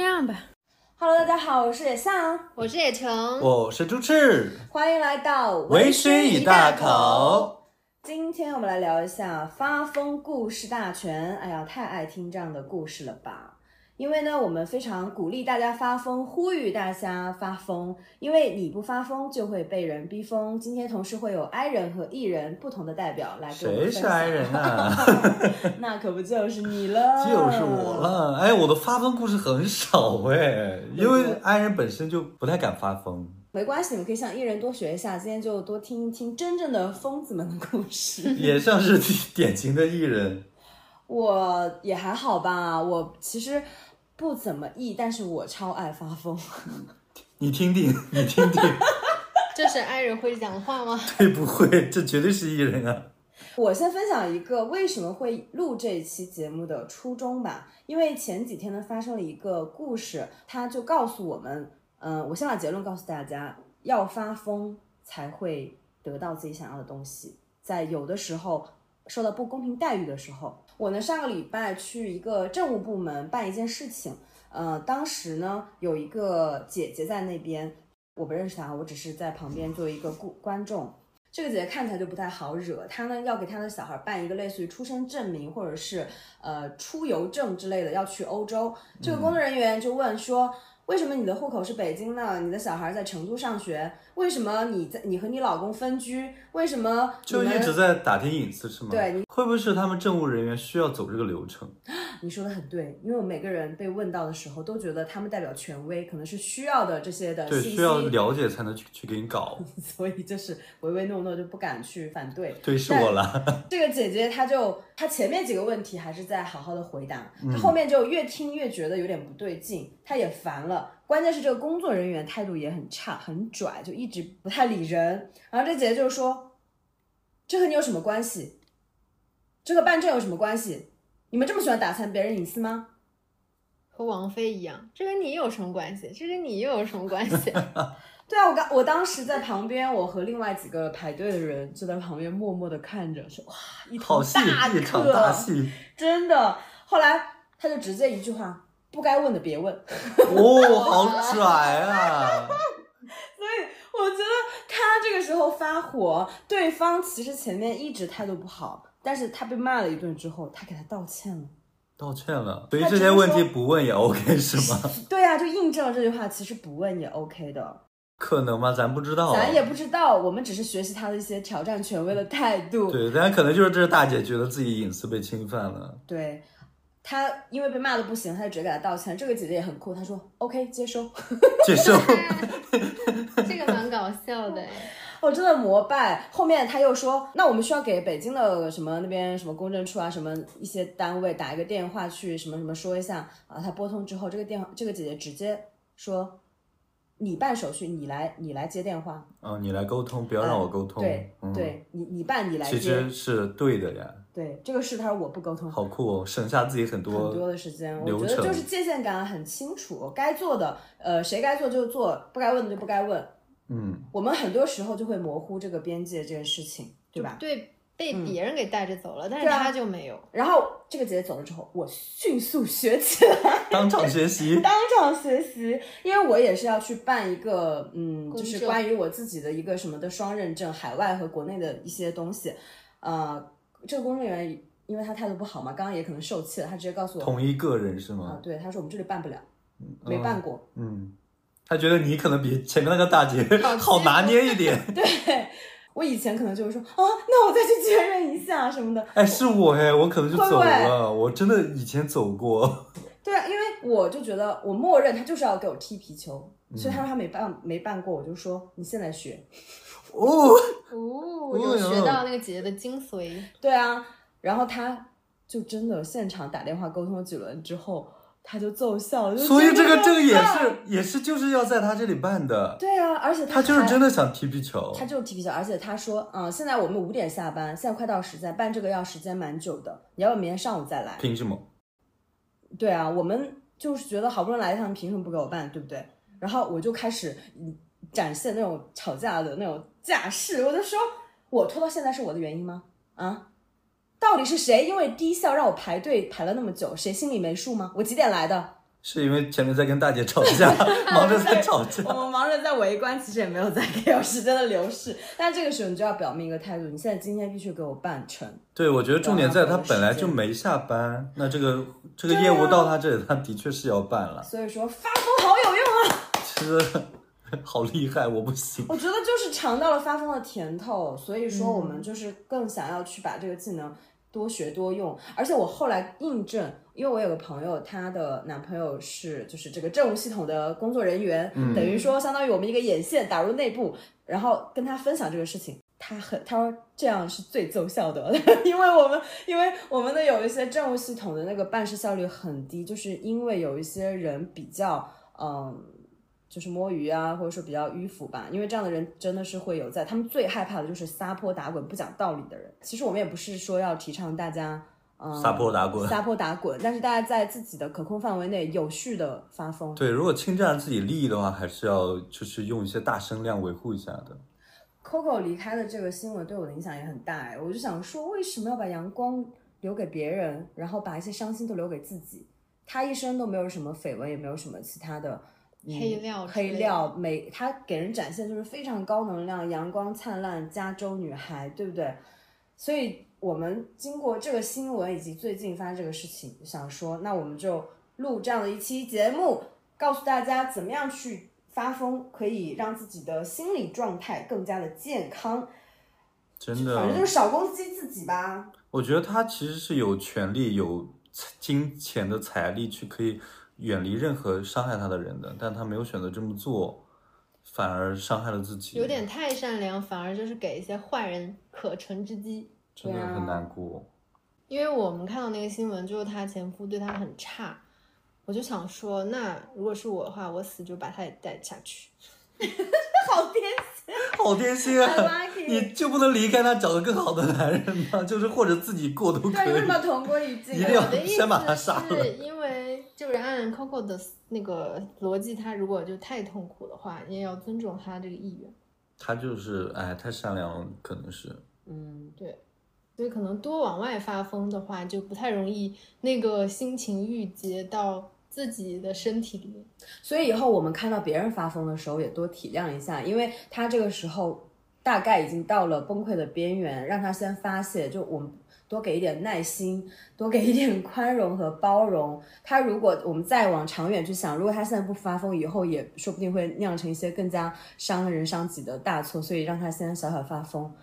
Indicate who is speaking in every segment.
Speaker 1: 样吧。
Speaker 2: Hello，大家好，我是野象，
Speaker 3: 我是野
Speaker 2: 嗯
Speaker 3: 橙，
Speaker 4: 我哦是猪翅，
Speaker 2: 欢迎来到
Speaker 4: 为师以大口。
Speaker 2: 今天我们来聊一下发疯故事大全。哎呀，太爱听这样的故事了吧？因为呢，我们非常鼓励大家发疯，呼吁大家发疯，因为你不发疯就会被人逼疯。今天同时会有 I 人和 E 人不同的代表来给我们
Speaker 4: 谁
Speaker 2: 分
Speaker 4: 是
Speaker 2: 享
Speaker 4: i 人啊？
Speaker 2: 那可不就是你了？
Speaker 4: 就是我。了。哎，我的发疯故事很少哎，因为
Speaker 2: 嗯
Speaker 4: i 人本身就不太敢发疯。
Speaker 2: 没关系，你们可以向 E 人多学一下，今天就多听一听真正的疯子们的故事。
Speaker 4: 也像是 典型的艺人，
Speaker 2: 我也还好吧，我其实不怎么易，但是我超爱发疯。
Speaker 4: 你听听，你听 听，
Speaker 3: 这是爱人会讲话吗？
Speaker 4: 会不会？这绝对是艺人啊！
Speaker 2: 我先分享一个为什么会录这一期节目的初衷吧，因为前几天呢发生了一个故事，它就告诉我们，嗯、我先把结论告诉大家，要发疯才会得到自己想要的东西，在有的时候受到不公平待遇的时候，我呢上个礼拜去一个政务部门办一件事情，呃，当时呢有一个姐姐在那边，我不认识她，我只是在旁边作为一个顾观众。这个姐姐看起来就不太好惹，她呢要给她的小孩办一个类似于出生证明或者是呃出游证之类的，要去欧洲。这个工作人员就问说。为什么你的户口是北京呢？你的小孩在成都上学，为什么你在你和你老公分居？为什么你
Speaker 4: 就一
Speaker 2: 们
Speaker 4: 直在打听隐私是吗？
Speaker 2: 对，
Speaker 4: 会不会是他们政务人员需要走这个流程？
Speaker 2: 你说的很对，因为我们每个人被问到的时候，都觉得他们代表权威，可能是需要的这些的
Speaker 4: 对，
Speaker 2: 呃信息
Speaker 4: 需，要了解才能去去给你搞。
Speaker 2: 所以就是唯唯诺诺，就不敢去反对。
Speaker 4: 对，是 我啦。
Speaker 2: 这个姐姐她就她前面几个问题还是在好好的回答，
Speaker 4: 嗯
Speaker 2: 她后面就越听越觉得有点不对劲，她也烦了。关键是这个工作人员态度也很差，很拽，就一直不太理人。然后这姐姐就说：“这和你有什么关系？这和办证有什么关系？你们这么喜欢打探别人隐私吗？”
Speaker 3: 和王菲一样，这跟你有什么关系？这跟你又有什么关系？
Speaker 2: 对啊，我刚我当时在旁边，我和另外几个排队的人就在旁边默默的看着，说哇，一头
Speaker 4: 好戏，一场
Speaker 2: 课
Speaker 4: 大戏。
Speaker 2: 真的。后来他就直接一句话：不该问的别问。
Speaker 4: 哦，好拽啊！
Speaker 2: 我觉得他这个时候发火，对方其实前面一直态度不好，但是他被骂了一顿之后，他给他道歉了。
Speaker 4: 道歉了，所以这些问题不问也 OK 是吗？
Speaker 2: 对啊，就印证了这句话，其实不问也 OK 的。
Speaker 4: 哦可能吗？咱不知道，啊
Speaker 2: 咱也不知道，我们只是学习他的一些挑战权威的态度。
Speaker 4: 对，但可能就是这大姐觉得自己隐私被侵犯了，
Speaker 2: 对他，因为被骂的不行，他就直接给他道歉。这个姐姐也很酷，她说 OK 接收，
Speaker 4: 接受。
Speaker 3: 这个蛮搞笑的哎。
Speaker 2: 我哦真的膜拜。后面他又说，那我们需要给北京的什么那边什么公证处啊，什么一些单位打一个电话去什么什么说一下啊。他拨通之后，这个电话这个姐姐直接说，你办手续，你来你来接电话。啊
Speaker 4: 嗯，你来沟通，不要让我沟通。
Speaker 2: 对、
Speaker 4: 嗯，
Speaker 2: 对，你你办你来
Speaker 4: 其
Speaker 2: 接
Speaker 4: 实。是对的呀，
Speaker 2: 对这个事，他说我不沟通。
Speaker 4: 好酷哦，省下自己很多。
Speaker 2: 很多的时间，我
Speaker 4: 流
Speaker 2: 觉得
Speaker 4: 程
Speaker 2: 就是界限感很清楚，该做的，呃，谁该做就做，不该问的就不该问，
Speaker 4: 嗯，
Speaker 2: 我们很多时候就会模糊这个边界这个事情，对吧？
Speaker 3: 对，被别人给带着走了，但是
Speaker 2: 对啊
Speaker 3: 他就没有。
Speaker 2: 然后这个姐姐走了之后，我迅速学起来，
Speaker 4: 当场学 习。
Speaker 2: 当场学习，因为我也是要去办一个，嗯，
Speaker 3: 公
Speaker 2: 就
Speaker 3: 证
Speaker 2: 是关于我自己的一个什么的双认证，海外和国内的一些东西。呃，这个工作人员因为他态度不好嘛，刚刚也可能受气了，他直接告诉我，
Speaker 4: 同一个人是
Speaker 2: 啊
Speaker 4: 吗，？
Speaker 2: 对，他说我们这里办不了，没办过。
Speaker 4: 嗯，他觉得你可能比前面那个大姐 好拿捏一 点。
Speaker 2: 我以前可能就会说啊，那我再去确认一下什么的，
Speaker 4: 哎，是我哎，我可能就
Speaker 2: 会不
Speaker 4: 走
Speaker 2: 会
Speaker 4: 了。我真的以前走过，
Speaker 2: 对啊，因为我就觉得我默认他就是要给我踢皮球，所以他说他没办没办过，我就说你现在学。
Speaker 4: 哦，
Speaker 3: 哦，有学到那个姐姐的精髓。
Speaker 2: 对啊，然后他就真的现场打电话沟通了几轮之后，他就奏效了。就
Speaker 4: 所以
Speaker 2: 真的
Speaker 4: 这个
Speaker 2: 要
Speaker 4: 证也
Speaker 2: 办
Speaker 4: 是也是就是要在他这里办的，
Speaker 2: 对啊，而且
Speaker 4: 他就是
Speaker 2: 还
Speaker 4: 真的想踢皮球，
Speaker 2: 他就是踢皮球，而且他说，啊、现在我们五点下班，现在快到时间，办这个要时间蛮久的，你要不明天上午再来？
Speaker 4: 凭什么？
Speaker 2: 对啊，我们就是觉得好不容易来一趟，凭什么不给我办，对不对？然后我就开始嗯展现那种吵架的那种架势，我就说，我拖到现在是我的原因吗？啊，到底是谁因为低效让我排队排了那么久？谁心里没数吗？我几点来的？
Speaker 4: 是因为前面在跟大姐吵架，忙着在吵架。
Speaker 2: 我们忙着在围观，其实也没有在给我时间的流逝。但这个时候你就要表明一个态度，你现在今天必须给我办成。
Speaker 4: 对，我觉得重点在他本来就没下班，那这个这个业
Speaker 2: 啊
Speaker 4: 务到他这里，他的确是要办了。
Speaker 2: 所以说发疯好有用啊！
Speaker 4: 是， 好厉害，我不行。
Speaker 2: 我觉得就是尝到了发疯的甜头，所以说我们就是更想要去把这个技能多学多用。而且我后来印证，因为我有个朋友，她的男朋友是就是这个政务系统的工作人员，等于说相当于我们一个眼线打入内部，然后跟他分享这个事情。他很，他说这样是最奏效的， 因为我们因为我们的有一些政务系统的那个办事效率很低，就是因为有一些人比较嗯，就是摸鱼啊，或者说比较迂腐吧，因为这样的人真的是会有在，他们最害怕的就是撒泼打滚、不讲道理的人。其实我们也不是说要提倡大家。嗯，
Speaker 4: 撒泼打滚
Speaker 2: 撒泼打滚，但是大家在自己的可控范围内有序的发疯。
Speaker 4: 对，如果侵占自己利益的话，还是要就是用一些大声量维护一下的。
Speaker 2: Coco 离开的这个新闻对我的影响也很大哎，我就想说，为什么要把阳光留给别人，然后把一些伤心都留给自己？他一生都没有什么绯闻，也没有什么其他的、嗯
Speaker 3: 黑料之
Speaker 2: 黑
Speaker 3: 类的
Speaker 2: 料，每他给人展现就是非常高能量、阳光灿烂、加州女孩，对不对？所以我们经过这个新闻以及最近发生这个事情，想说，那我们就录这样的一期节目，告诉大家怎么样去发疯，可以让自己的心理状态更加的健康。
Speaker 4: 真
Speaker 2: 反正就是，
Speaker 4: 的
Speaker 2: 少攻击自己吧。
Speaker 4: 我觉得他其实是有权利、有金钱的财力去可以远离任何伤害他的人的，但他没有选择这么做，反而伤害了自己，
Speaker 3: 有点太善良，反而就是给一些坏人可乘之机。
Speaker 4: 真的
Speaker 3: 啊
Speaker 4: 很难过。
Speaker 3: 因为我们看到那个新闻，就是她前夫对她很差，我就想说，那如果是我的话，我死就把她也带下去。
Speaker 2: 好 天
Speaker 4: 好贴心啊！
Speaker 2: lucky
Speaker 4: 你就不能离开他，找个更好的男人吗？ 就是或者自己过都可
Speaker 3: 啊
Speaker 2: 对，为
Speaker 4: 以
Speaker 2: 什么。要同归于尽啊？
Speaker 4: 一定要
Speaker 3: 我的意
Speaker 4: 先把她
Speaker 3: 思
Speaker 4: 杀了
Speaker 3: 是因为就是按 Coco 的那个逻辑，她如果就太痛苦的话，也要尊重她这个意愿。
Speaker 4: 他就是哎，太善良了，可能是
Speaker 2: 嗯，
Speaker 3: 所以可能多往外发疯的话，就不太容易那个心情郁结到自己的身体里面。
Speaker 2: 所以以后我们看到别人发疯的时候，也多体谅一下，因为他这个时候大概已经到了崩溃的边缘，让他先发泄，就我们多给一点耐心，多给一点宽容和包容。他如果我们再往长远去想，如果他现在不发疯，以后也说不定会酿成一些更加伤人伤己的大错，所以让他先小小发疯。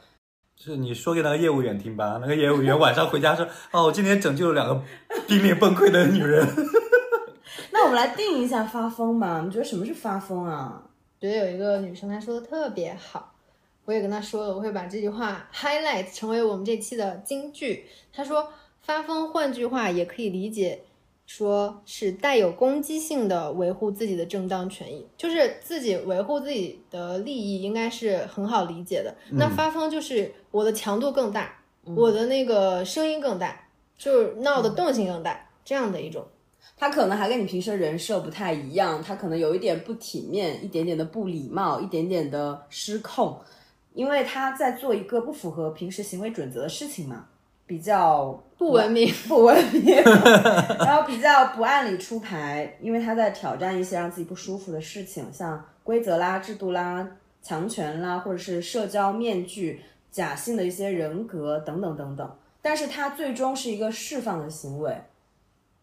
Speaker 4: 就是你说给那个业务员听吧，那个业务员晚上回家说：“ 哦，我今天拯救了两个濒临崩溃的女人。
Speaker 2: 那我们来定一下发疯吧，你觉得什么是发疯啊？
Speaker 3: 觉得有一个女生她说的特别好，我也跟她说了，我会把这句话 highlight 成为我们这期的金句。她说发疯，换句话也可以理解说是带有攻击性的维护自己的正当权益，就是自己维护自己的利益应该是很好理解的。那发疯就是我的强度更大，我的那个声音更大，就是闹的动静更大，这样的一种。
Speaker 2: 他可能还跟你平时人设不太一样，他可能有一点不体面，一点点的不礼貌，一点点的失控，因为他在做一个不符合平时行为准则的事情嘛，比较
Speaker 3: 不文 明，
Speaker 2: 不文明，然后比较不按理出牌，因为他在挑战一些让自己不舒服的事情，像规则啦、制度啦、强权啦，或者是社交面具、假性的一些人格等等等等。但是他最终是一个释放的行为。”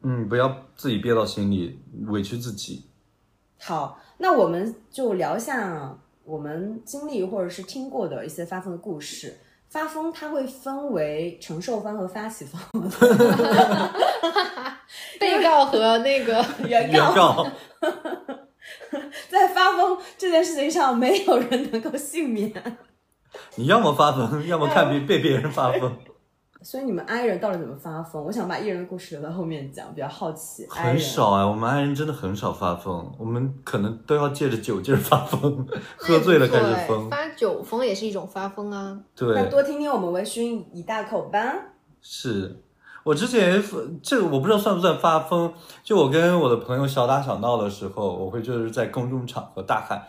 Speaker 4: 嗯，不要自己憋到心里，委屈自己。
Speaker 2: 好，那我们就聊一下我们经历或者是听过的一些发疯的故事。发疯它会分为承受方和发起方，
Speaker 3: 被告和那个
Speaker 2: 原
Speaker 4: 原告，
Speaker 2: 在发疯这件事情上，没有人能够幸免。
Speaker 4: 你要么发疯，要么看
Speaker 2: 哎
Speaker 4: 别被别人发疯，
Speaker 2: 所以你们 I 人到底怎么发疯？我想把 E 人的故事留到后面讲，比较好奇。I
Speaker 4: 很
Speaker 2: 人
Speaker 4: 少哎。我们爱人真的很少发疯，我们可能都要借着酒劲儿发 疯，喝醉了开始
Speaker 3: 对
Speaker 4: 疯。
Speaker 3: 哎发酒疯也是一种发疯啊。
Speaker 2: 哎那
Speaker 4: 对，
Speaker 2: 多听听我们微醺一大口吧。
Speaker 4: 是我之前这个我不知道算不算发疯，就我跟我的朋友小打小闹的时候，我会就是在公众场合大喊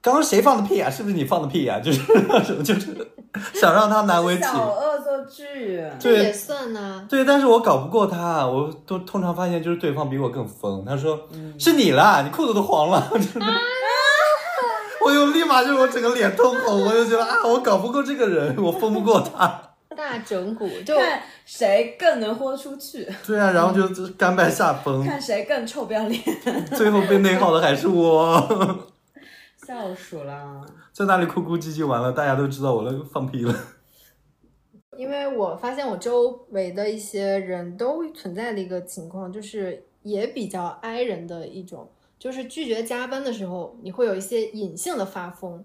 Speaker 4: 刚刚谁放的屁啊呀、是不是你放的屁呀、就是 就是想让他难为情。
Speaker 2: 小恶作剧，
Speaker 3: 这也算呢、
Speaker 4: 对，但是我搞不过他，啊我都通常发现就是对方比我更疯。他说、是你啦，你裤子都黄
Speaker 3: 啊
Speaker 4: 了，就是我又立马就是我整个脸通红，我就觉得啊，我搞不过这个人，我疯不过他。
Speaker 3: 大整蛊就
Speaker 2: 看谁更能豁出去，
Speaker 4: 对啊，然后就就是甘拜下风，
Speaker 2: 看谁更臭不要脸，
Speaker 4: 最后被内耗的还是我，
Speaker 2: 笑死了。
Speaker 4: 在那里哭哭唧唧完了，大家都知道我那个放屁了。
Speaker 3: 因为我发现我周围的一些人都存在的一个情况，就是也比较 i 人的一种，就是拒绝加班的时候，你会有一些隐性的发疯，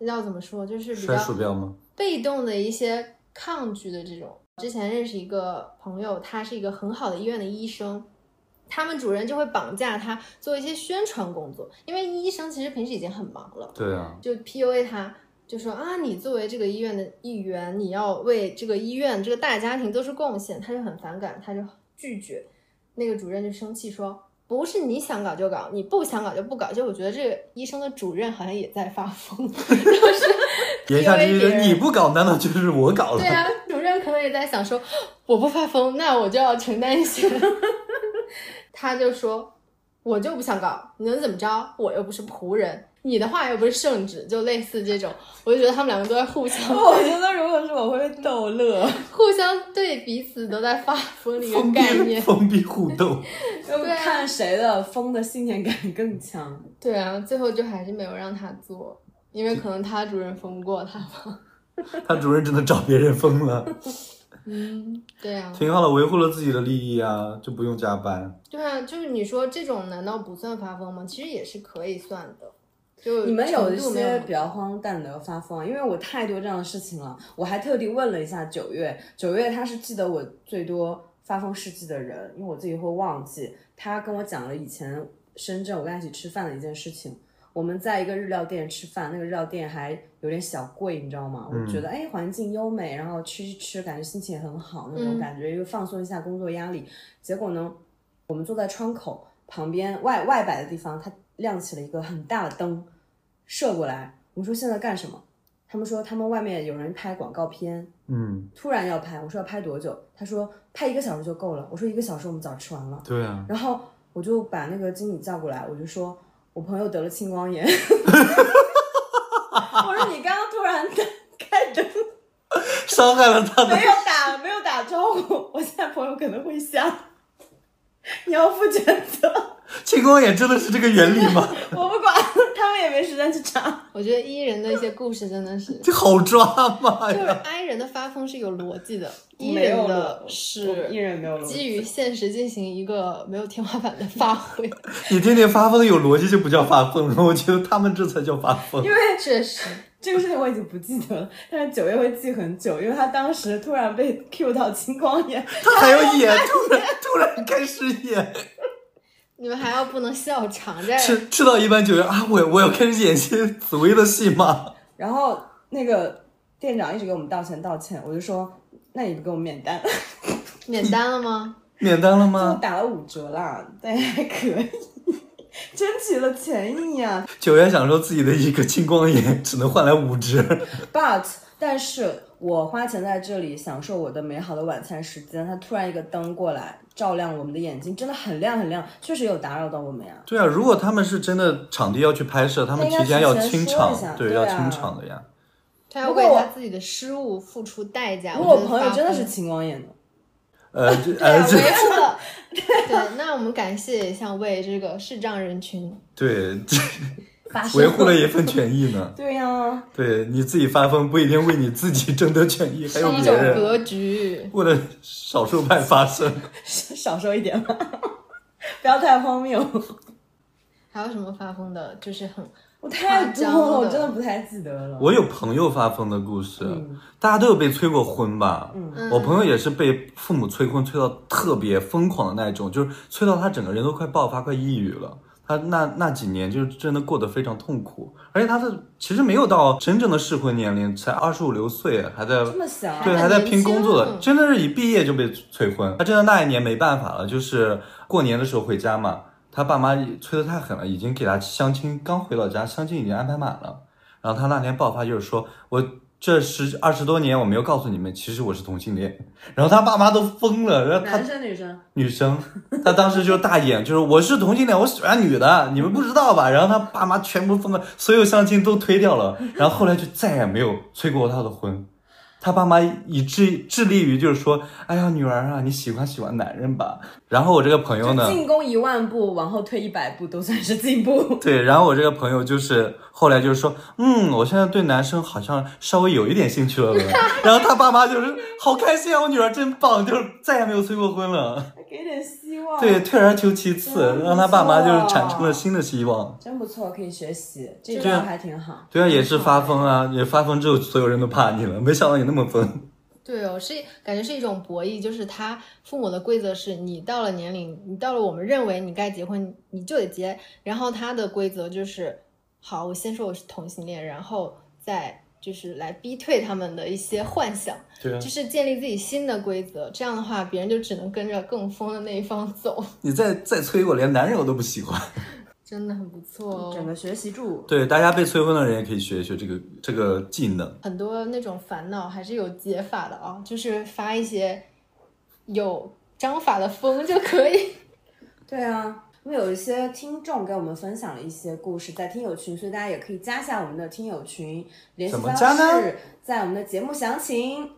Speaker 3: 那叫怎么说，就是比
Speaker 4: 摔
Speaker 3: 较
Speaker 4: 鼠标吗？
Speaker 3: 被动的一些抗拒的这种。之前认识一个朋友，他是一个很好的医院的医生，他们主任就会绑架他做一些宣传工作，因为医生其实平时已经很忙了，
Speaker 4: 对啊，
Speaker 3: 就 PUA 他，就说啊，你作为这个医院的一员，你要为这个医院这个大家庭做出贡献，他就很反感，他就拒绝。那个主任就生气说，不是你想搞就搞，你不想搞就不搞。就我觉得这个医生的主任好像也在发疯， 就是
Speaker 4: 言下之意
Speaker 3: 别
Speaker 4: 就是
Speaker 3: 人
Speaker 4: 你不搞，难道就是我搞了？
Speaker 3: 对啊，主任可能也在想说， 我不发疯，那我就要承担一些。 他就说，我就不想搞，你能怎么着？我又不是仆人，你的话又不是圣旨，就类似这种。我就觉得他们两个都在互相
Speaker 2: 我觉得如果是我会被逗乐，
Speaker 3: 互相对彼此都在发疯的一个
Speaker 4: 封
Speaker 3: 概
Speaker 4: 闭
Speaker 3: 念。
Speaker 4: 封闭互动，
Speaker 2: 就
Speaker 3: 对啊
Speaker 2: 看谁的疯的信念感更强。
Speaker 3: 对啊，最后就还是没有让他做，因为可能他主任疯过他吧。
Speaker 4: 他主任只能找别人疯了，
Speaker 3: 嗯，对啊，
Speaker 4: 挺好的，维护了自己的利益啊，就不用加班。
Speaker 3: 对啊，就是你说这种难道不算发疯吗？其实也是可以算的。就
Speaker 2: 你们有一
Speaker 3: 程度没有
Speaker 2: 些
Speaker 3: 那么
Speaker 2: 比较荒诞的发疯啊，因为我太多这样的事情了，我还特地问了一下九月，九月他是记得我最多发疯事迹的人，因为我自己会忘记。他跟我讲了以前深圳我跟他一起吃饭的一件事情，我们在一个日料店吃饭，那个日料店还有点小贵，你知道吗？我觉得哎，环境优美，然后吃一吃，感觉心情也很好，那种
Speaker 3: 嗯
Speaker 2: 感觉又放松一下工作压力。结果呢，我们坐在窗口旁边外外摆的地方，它亮起了一个很大的灯，射过来。我们说现在干什么？他们说他们外面有人拍广告片，
Speaker 4: 嗯，
Speaker 2: 突然要拍。我说要拍多久？他说拍一个小时就够了。我说一个小时我们早吃完了。
Speaker 4: 对啊，
Speaker 2: 然后我就把那个经理叫过来，我就说我朋友得了青光眼。 我说你刚刚突然 开灯，
Speaker 4: 伤害了他的
Speaker 2: 没有打没有打招呼，我现在朋友可能会瞎， 你要负全责。
Speaker 4: 青光眼，真的是这个原理吗？ ，
Speaker 2: 我不管，他们也没时间去查。
Speaker 3: 我觉得伊人的一些故事真的 是
Speaker 4: 这好抓马
Speaker 3: 就是
Speaker 4: 呀！
Speaker 3: i 人的发疯是有逻辑的，伊
Speaker 2: 没
Speaker 3: 人
Speaker 2: 有
Speaker 3: 的
Speaker 2: 逻
Speaker 3: 是
Speaker 2: 一人没有逻辑
Speaker 3: 基于现实进行一个没有天花板的发 挥，
Speaker 4: 你天天发疯有逻辑就不叫发疯了，我觉得他们这才叫发疯
Speaker 2: 因。为
Speaker 3: 确实，
Speaker 2: 这个事情我已经不记得了，但是九月会记很久，因为他当时突然被 Q 到青光眼，
Speaker 4: 他还要演，突然突然开始演，
Speaker 3: 你们还要不能笑场，在
Speaker 4: 吃吃到一半就觉得啊，我我要开始演些紫薇的戏吗？
Speaker 2: 然后那个店长一直给我们道歉道歉，我就说那你不给我们免单，
Speaker 3: 免单了吗？
Speaker 4: 免单了
Speaker 2: 就
Speaker 4: 吗？
Speaker 2: 打了五折啦，但还可以， 争取了啊便宜呀、
Speaker 4: 九元想说自己的一个青光眼只能换来五折，
Speaker 2: But 但是我花钱在这里享受我的美好的晚餐时间，他突然一个灯过来照亮我们的眼睛，真的很亮很亮，确实有打扰到我们呀。
Speaker 4: 对啊，如果他们是真的场地要去拍摄，他们
Speaker 2: 那应该
Speaker 4: 提前要
Speaker 2: 提前
Speaker 4: 清
Speaker 2: 说
Speaker 4: 场
Speaker 2: 一下，对
Speaker 4: 要
Speaker 2: 啊
Speaker 4: 清场的呀。
Speaker 3: 他要
Speaker 2: 如果
Speaker 3: 为
Speaker 2: 我
Speaker 3: 他自己的失误付出代价。
Speaker 2: 如果
Speaker 3: 觉
Speaker 2: 哎我
Speaker 3: 得
Speaker 2: 朋友
Speaker 3: 发
Speaker 2: 真的
Speaker 3: 疯
Speaker 2: 是青光眼呢？
Speaker 4: 呃，这
Speaker 3: 对啊
Speaker 4: 呃，这
Speaker 3: 我也是 的，对，那我们感谢一下为这个视障人群，
Speaker 4: 对，这
Speaker 3: 啊
Speaker 2: 发生
Speaker 4: 维护了一份权益呢。
Speaker 2: 对呀、
Speaker 4: 对你自己发疯不一定为你自己争得权益，还有
Speaker 3: 一
Speaker 4: 别
Speaker 3: 种
Speaker 4: 人
Speaker 3: 格局。
Speaker 4: 为了少数派发声。
Speaker 2: 少说一点吧，不要太荒谬。
Speaker 3: 还有什么发疯的？就是很
Speaker 2: 我太
Speaker 3: 夸
Speaker 2: 多
Speaker 3: 张
Speaker 2: 了，
Speaker 3: 的
Speaker 2: 我真的不太记得了。
Speaker 4: 我有朋友发疯的故事，
Speaker 2: 嗯
Speaker 4: 大家都有被催过婚吧？
Speaker 3: 嗯
Speaker 4: 我朋友也是被父母催婚，催到特别疯狂的那种，就是催到他整个人都快爆发、快抑郁了。他那那几年就是真的过得非常痛苦，而且他的其实没有到真正的适婚年龄，才二十五六岁，还在
Speaker 2: 这么小啊，
Speaker 4: 对，还在拼工作的，
Speaker 3: 年轻
Speaker 4: 真的是一毕业就被催婚。他真的那一年没办法了，就是过年的时候回家嘛，他爸妈催得太狠了，已经给他相亲，刚回老家，相亲已经安排满了。然后他那天爆发就是说，我这十二十多年我没有告诉你们，其实我是同性恋。然后他爸妈都疯了，然后他
Speaker 2: 男生女生，
Speaker 4: 女生，她当时就大眼，就是我是同性恋，我喜欢女的，你们不知道吧？然后她爸妈全部疯了，所有相亲都推掉了，然后后来就再也没有催过她的婚。她爸妈以致致力于就是说，哎呀，女儿啊，你喜欢喜欢男人吧。然后我这个朋友
Speaker 2: 就
Speaker 4: 呢，
Speaker 2: 进攻一万步，往后退一百步都算是进步。
Speaker 4: 对，然后我这个朋友就是后来就是说，嗯，我现在对男生好像稍微有一点兴趣了吧。然后他爸妈就是好开心啊，我女儿真棒，就是再也没有催过婚了。
Speaker 2: 给点希望，
Speaker 4: 对，，退而求其次，
Speaker 2: 嗯
Speaker 4: 让他爸妈就是产
Speaker 3: 不
Speaker 4: 生
Speaker 3: 错
Speaker 4: 了新的希望。
Speaker 2: 真不错，可以学习，这
Speaker 3: 对
Speaker 2: 招还挺好。
Speaker 4: 对啊，也是发疯啊，也发疯之后，所有人都怕你了。没想到你那么疯，
Speaker 3: 对哦，是感觉是一种博弈，就是他父母的规则是你到了年龄，你到了我们认为你该结婚，你就得结。然后他的规则就是，好，我先说我是同性恋，然后再就是来逼退他们的一些幻想，
Speaker 4: 对啊
Speaker 3: 就，是建立自己新的规则。这样的话，别人就只能跟着更疯的那一方走，
Speaker 4: 你再再催我，连男人我都不喜欢。
Speaker 3: 真的很不错
Speaker 2: 整
Speaker 3: 哦。
Speaker 2: 个学习住，
Speaker 4: 对，大家被催婚的人也可以学一学这个这个技能。
Speaker 3: 很多那种烦恼还是有解法的啊，就是发一些有章法的疯就可以。
Speaker 2: 对啊。因为有一些听众给我们分享了一些故事，在听友群，所以大家也可以加一下我们的听友群，联系
Speaker 4: 怎么
Speaker 2: 方
Speaker 4: 加呢
Speaker 2: 式在我们的节目详情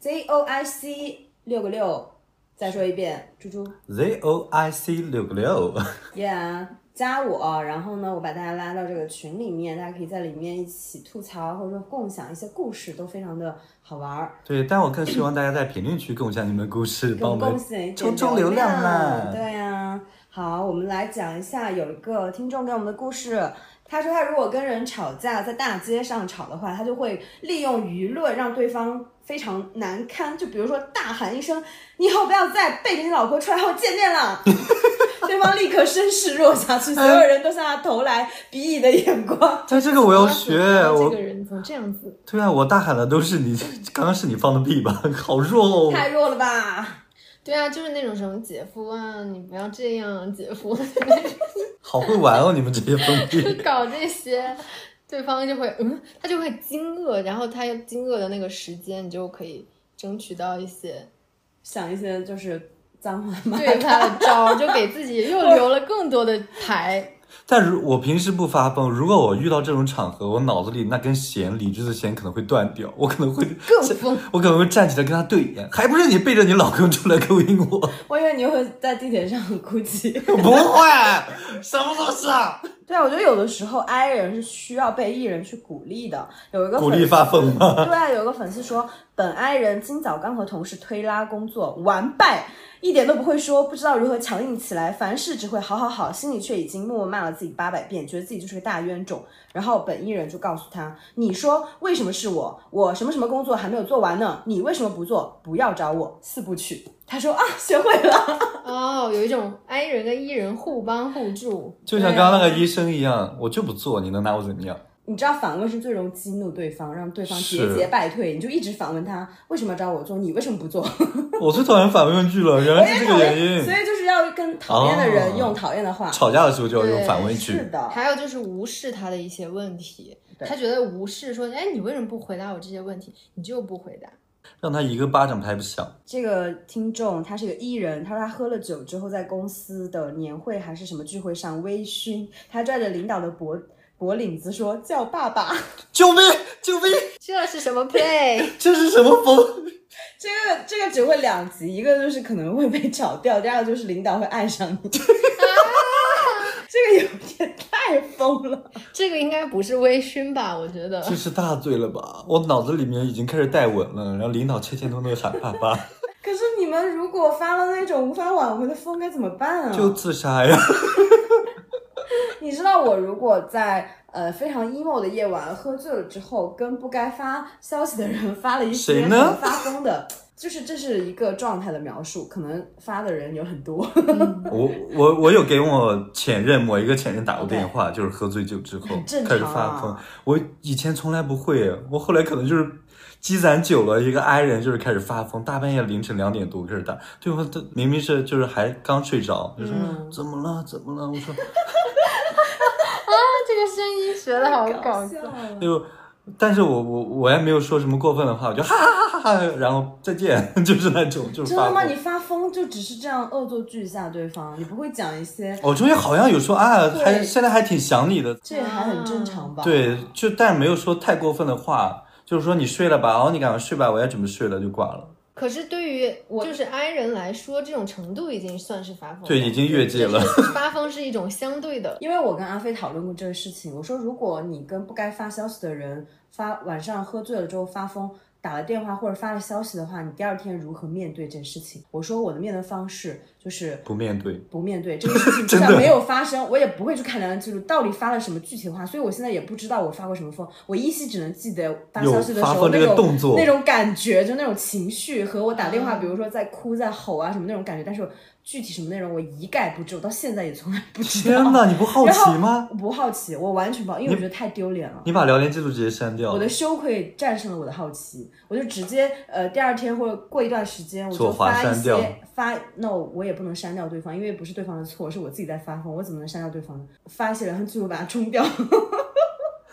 Speaker 2: ，Z O I C 六个六，再说一遍，猪猪。
Speaker 4: Z O I C 六个六，
Speaker 2: yeah, 啊加我，然后呢，我把大家拉到这个群里面，大家可以在里面一起吐槽，或者说共享一些故事，都非常的好玩儿，
Speaker 4: 对，但我更希望大家在评论区贡献你们的故事，
Speaker 2: 给
Speaker 4: 帮
Speaker 2: 我
Speaker 4: 我
Speaker 2: 们贡
Speaker 4: 们
Speaker 2: 献一点
Speaker 4: 冲冲流量啊
Speaker 2: 量
Speaker 4: 啦
Speaker 2: 对呀、好，我们来讲一下，有一个听众给我们的故事。他说，他如果跟人吵架，在大街上吵的话，他就会利用舆论让对方非常难堪。就比如说，大喊一声“你以后不要再背着你老婆出来和我见面了”， 对方立刻声势弱下去，所有人都向他投来鄙夷的眼光。
Speaker 4: 但这个我要学，
Speaker 3: 这
Speaker 4: 我
Speaker 3: 个人怎么这样子？
Speaker 4: 对啊，我大喊的都是你，刚刚是你放的屁吧？好弱哦！
Speaker 2: 太弱了吧！
Speaker 3: 对啊，就是那种什么姐夫啊，你不要这样啊， 姐夫
Speaker 4: 好会玩哦，你们这些疯
Speaker 3: 就
Speaker 4: 逼。
Speaker 3: 搞这些，对方就会嗯，他就会惊愕，然后他有惊愕的那个时间，你就可以争取到一 些
Speaker 2: 想一些就是脏话骂
Speaker 3: 对他的招，就给自己又留了更多的牌。
Speaker 4: 但如我平时不发疯，如果我遇到这种场合，我脑子里那根弦，理智的弦可能会断掉， 我可能会
Speaker 3: 更 疯，
Speaker 4: 我可能会站起来跟他对眼， 还不是你背着你老公出来勾引我？
Speaker 2: 我以为你会在地铁上哭泣。
Speaker 4: 不会，什么都是啊？
Speaker 2: 对啊，我觉得有的时候 I 人是需要被 E 人去鼓励的。有一个
Speaker 4: 鼓
Speaker 2: 粉
Speaker 4: 励
Speaker 2: 丝
Speaker 4: 发疯吗？
Speaker 2: 对啊，有个粉丝说，本 I 人今早刚和同事推拉工作，完败，一点都不会说，不知道如何强硬起来，凡事只会好好好，心里却已经默默骂了自己八百遍，觉得自己就是个大冤种。然后本 E 人就告诉他，你说为什么是我？我什么什么工作还没有做完呢？你为什么不做？不要找我，四部曲。他说啊，学会了。
Speaker 3: 哦，有一种 I 人跟 E 人互帮互助，
Speaker 4: 就像刚刚那个医生一样，我就不做，你能拿我怎么样？
Speaker 2: 你知道反问是最容易激怒对方，让对方节
Speaker 4: 是
Speaker 2: 节败退。你就一直反问他为什么要找我做， 你为什么不做？
Speaker 4: 我最讨厌反问句了，原来是这个原
Speaker 2: 哎所
Speaker 4: 因。
Speaker 2: 以就是要跟讨厌的人
Speaker 4: 哦
Speaker 2: 用讨厌的话。
Speaker 4: 吵架的时候就要用反问
Speaker 2: 是
Speaker 4: 句，
Speaker 2: 的，
Speaker 3: 还有就是无视他的一些问题，
Speaker 2: 对
Speaker 3: 他觉得无视说，哎，你为什么不回答我这些问题？你就不回答。
Speaker 4: 让他一个巴掌拍不响。
Speaker 2: 这个听众他是个艺人，他说他喝了酒之后，在公司的年会还是什么聚会上微醺，他拽着领导的脖 脖领子说叫爸爸。
Speaker 4: 救命！救命！
Speaker 3: 这是什么 play？
Speaker 4: 这是什么风？
Speaker 2: 这个这个只会两级，一个就是可能会被炒掉，第二个就是领导会爱上你。 这个有点太疯了。
Speaker 3: 这个应该不是微醺吧？我觉得
Speaker 4: 这是大醉了吧？我脑子里面已经开始带吻了，然后领导怯怯吞吞地喊爸爸，
Speaker 2: 可是你们如果发了那种无法挽回的疯，该怎么办啊？
Speaker 4: 就自 杀呀！
Speaker 2: 你知道我如果在呃非常 emo 的夜晚喝醉了之后，跟不该发消息的人发了一些
Speaker 4: 谁呢
Speaker 2: 很发疯的，就是这是一个状态的描述，可能发的人有很 多。
Speaker 3: 嗯
Speaker 4: 我我我有给我前任某一个前任打过电话就是喝醉酒之后
Speaker 2: 正常啊
Speaker 4: 开始发疯。我以前从来不会，我后来可能就是积攒久了，一个 I 人就是开始发疯，大半夜凌晨两点多开始打，对方他明明是就是还刚睡着，就说、
Speaker 2: 嗯
Speaker 4: 怎么了怎么了，我说
Speaker 3: 这个声音学的好搞笑啊
Speaker 2: 笑。了。
Speaker 4: 就，但是我我我也没有说什么过分的话，我就哈哈哈哈，然后再见，就是那种就是
Speaker 2: 真
Speaker 4: 发
Speaker 2: 的吗？
Speaker 4: 疯
Speaker 2: 你。发疯就只是这样恶作剧一下对方，你不会讲一些，
Speaker 4: 我哦中间好像有说啊，
Speaker 2: 对
Speaker 4: 还现在还挺想你的，
Speaker 2: 这也还很正常吧？，
Speaker 4: 对，就但没有说太过分的话，就是说你睡了吧，哦，你赶快睡吧，我要准备睡了就挂了，
Speaker 3: 可是对于我就是 I 人来说，这种程度已经算是发疯了。
Speaker 4: 对，
Speaker 2: 哦
Speaker 4: 已经越界了。
Speaker 3: 就是发疯是一种相对 的，
Speaker 2: 因为我跟阿飞讨论过这个事情，我说如果你跟不该发消息的人发晚上喝醉了之后发疯。打了电话或者发了消息的话，你第二天如何面对这件事情？我说我的面对方式就是
Speaker 4: 不面 对，
Speaker 2: 不面对这个事情，就算没有发生，我也不会去看聊天记录到底发了什么具体的话，所以我现在也不知道我发过什么疯，我依稀只能记得发消息的时
Speaker 4: 有发
Speaker 2: 候
Speaker 4: 疯
Speaker 2: 那
Speaker 4: 这个
Speaker 2: 种
Speaker 4: 动作
Speaker 2: 那种感觉，就那种情绪和我打电话，比如说在哭在吼啊什么那种感觉，但是我具体什么内容我一概不知，我到现在也从来不知道。
Speaker 4: 天哪，你不好
Speaker 2: 然后
Speaker 4: 奇吗？
Speaker 2: 我不好奇，我完全不好，因为我觉得太丢脸了。
Speaker 4: 你把聊天记录直接删掉
Speaker 2: 我的羞愧战胜了我的好奇，我就直接呃第二天或者过一段时间，我
Speaker 4: 左
Speaker 2: 就
Speaker 4: 滑
Speaker 2: 发一
Speaker 4: 删掉
Speaker 2: 些发 no，我也不能删掉对方，因为不是对方的错，是我自己在发疯，我怎么能删掉对方呢？发一些然后记录把它冲掉，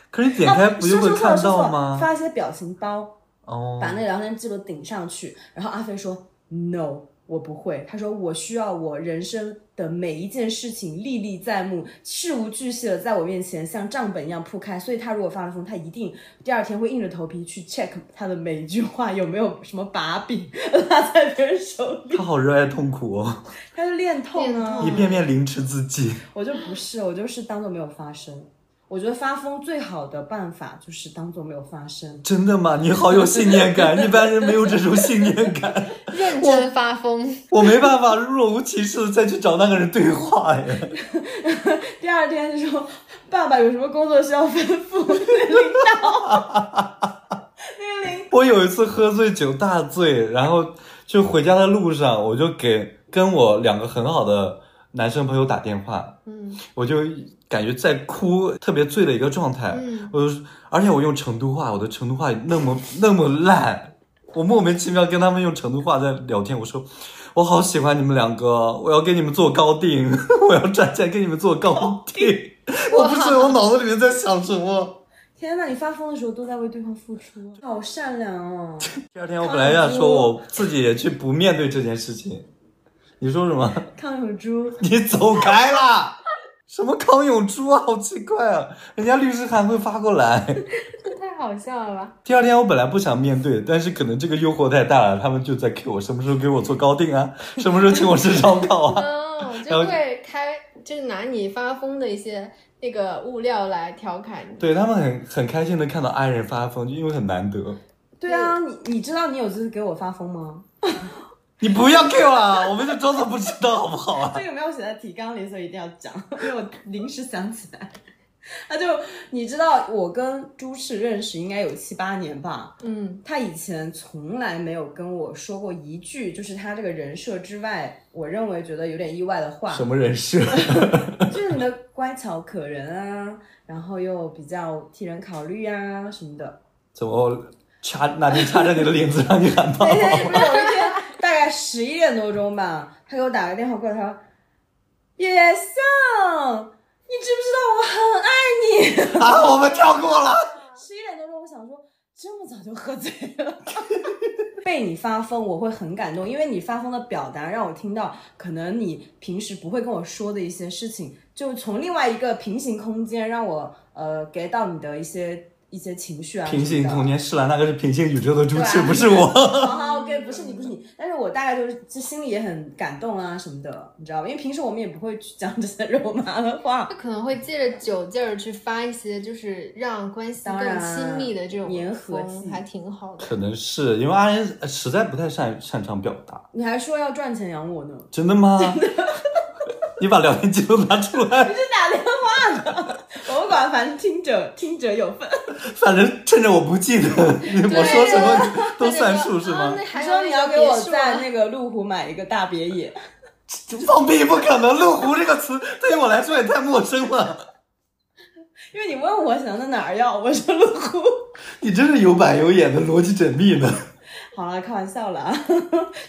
Speaker 4: 可是你点开不就
Speaker 2: 啊说
Speaker 4: 会
Speaker 2: 错
Speaker 4: 看
Speaker 2: 了，说错
Speaker 4: 到
Speaker 2: 了，
Speaker 4: 吗？
Speaker 2: 发一些表情包，
Speaker 4: 哦，
Speaker 2: 把那聊天记录顶上去。然后阿飞说 no，我不会。他说我需要我人生的每一件事情历历在目，事无巨细的在我面前像账本一样铺开。所以他如果发了疯，他一定第二天会硬着头皮去 check 他的每一句话有没有什么把柄拉在别人手里，
Speaker 4: 他好热爱痛苦哦，
Speaker 2: 他就练痛
Speaker 3: 练
Speaker 2: 啊。
Speaker 3: 痛
Speaker 4: 一遍遍凌迟自己。
Speaker 2: 我就不是，我就是当做没有发生。我觉得发疯最好的办法就是当做没有发生。
Speaker 4: 真的吗？你好有信念 感，一般人没有这种信念感。
Speaker 3: 认真发疯。
Speaker 4: 我没办法若无其事的再去找那个人对话呀。
Speaker 2: 第二天就说：“爸爸有什么工作需要吩咐 那个领导？”那个领
Speaker 4: 我有一次喝醉酒大醉，然后就回家的路上，我就给跟我两个很好的男生朋友打电话，
Speaker 3: 嗯
Speaker 4: 我就感觉在哭，特别醉的一个状态。
Speaker 3: 嗯，
Speaker 4: 我就而且我用成都话，我的成都话那么那么烂，我莫名其妙跟他们用成都话在聊天。我说我好喜欢你们两个，我要给你们做高定， 我要赚钱给你们做高定。我不知道我脑子里面在想什么。
Speaker 2: 天呐，你发疯的时候都在为对方付出，啊好善良哦！
Speaker 4: 第二天我本来想说我自己也去不面对这件事情，你说什么？
Speaker 2: 康永珠，
Speaker 4: 你走开啦！什么康永珠啊，好奇怪啊！人家律师函会发过来。
Speaker 3: 这 太好笑了吧？
Speaker 4: 第二天我本来不想面对，但是可能这个诱惑太大了，他们就在 Q 我什么时候给我做高定啊，什么时候请我吃烧烤啊。
Speaker 3: 嗯，我
Speaker 4: 然后
Speaker 3: 就会开，就是拿你发疯的一些那个物料来调侃你。
Speaker 4: 对他们很很开心的看到爱人发疯，就因为很难得。
Speaker 2: 对啊，你你知道你有次给我发疯吗？
Speaker 4: 你不要 Q 啊，我们就装作不知道好不好啊？
Speaker 2: 这个没有写在提纲里，所以一定要讲，因为我临时想起来。 他就你知道，我跟朱赤认识应该有七八年吧，
Speaker 3: 嗯，
Speaker 2: 他以前从来没有跟我说过一句，就是他这个人设之外，我认为觉得有点意外的话，
Speaker 4: 什么人设？
Speaker 2: 就是你的乖巧可人啊，然后又比较替人考虑啊什么的。
Speaker 4: 怎么掐哪天掐着你的领子让你喊爸
Speaker 2: 那天
Speaker 4: 爸？
Speaker 2: 哎不是有一天大概十一点多钟吧，他给我打个电话过来，他说：“野象，你知不知道我很爱你？”
Speaker 4: 啊，我们跳过了。
Speaker 2: 十一点多钟，我想说这么早就喝醉了， 被你发疯，我会很感动，因为你发疯的表达让我听到可能你平时不会跟我说的一些事情，就从另外一个平行空间让我呃 get 到你的一些一些情绪啊，
Speaker 4: 平行空
Speaker 2: 间。
Speaker 4: 间，是啦，那个是平行宇宙的朱
Speaker 2: 对
Speaker 4: 赤，
Speaker 2: 啊
Speaker 4: 不是我。
Speaker 2: 好好，OK，不是你，不是你，但是我大概就是就心里也很感动啊什么的，你知道吧？因为平时我们也不会去讲这些 肉麻的话，
Speaker 3: 他可能会借着酒劲儿去发一些，就是让关系
Speaker 2: 当
Speaker 3: 更
Speaker 2: 然
Speaker 3: 亲密的这种
Speaker 2: 粘合
Speaker 3: 风
Speaker 2: 剂
Speaker 3: 还挺好的。
Speaker 4: 可能是因为阿人实在不太擅擅长表达，
Speaker 2: 你还说要赚钱养我呢，
Speaker 4: 真的吗？ 你把聊天记录拿出来，
Speaker 2: 打电话呢，我不管，反正听者听者有份。
Speaker 4: 反正趁着我不记得，我说什么都算数是
Speaker 3: 啊
Speaker 4: 吗？
Speaker 3: 那还
Speaker 2: 你
Speaker 3: 有
Speaker 2: 说你
Speaker 3: 那个
Speaker 2: 要给我
Speaker 3: 别墅啊
Speaker 2: 在那个路虎买一个大别野，
Speaker 4: 放屁，不可能！“路虎”这个词对于我来说也太陌生了。
Speaker 2: 因为你问我想到哪儿要，我说路虎。
Speaker 4: 你真是有板有眼的逻辑缜密呢。
Speaker 2: 好了，开玩笑了啊！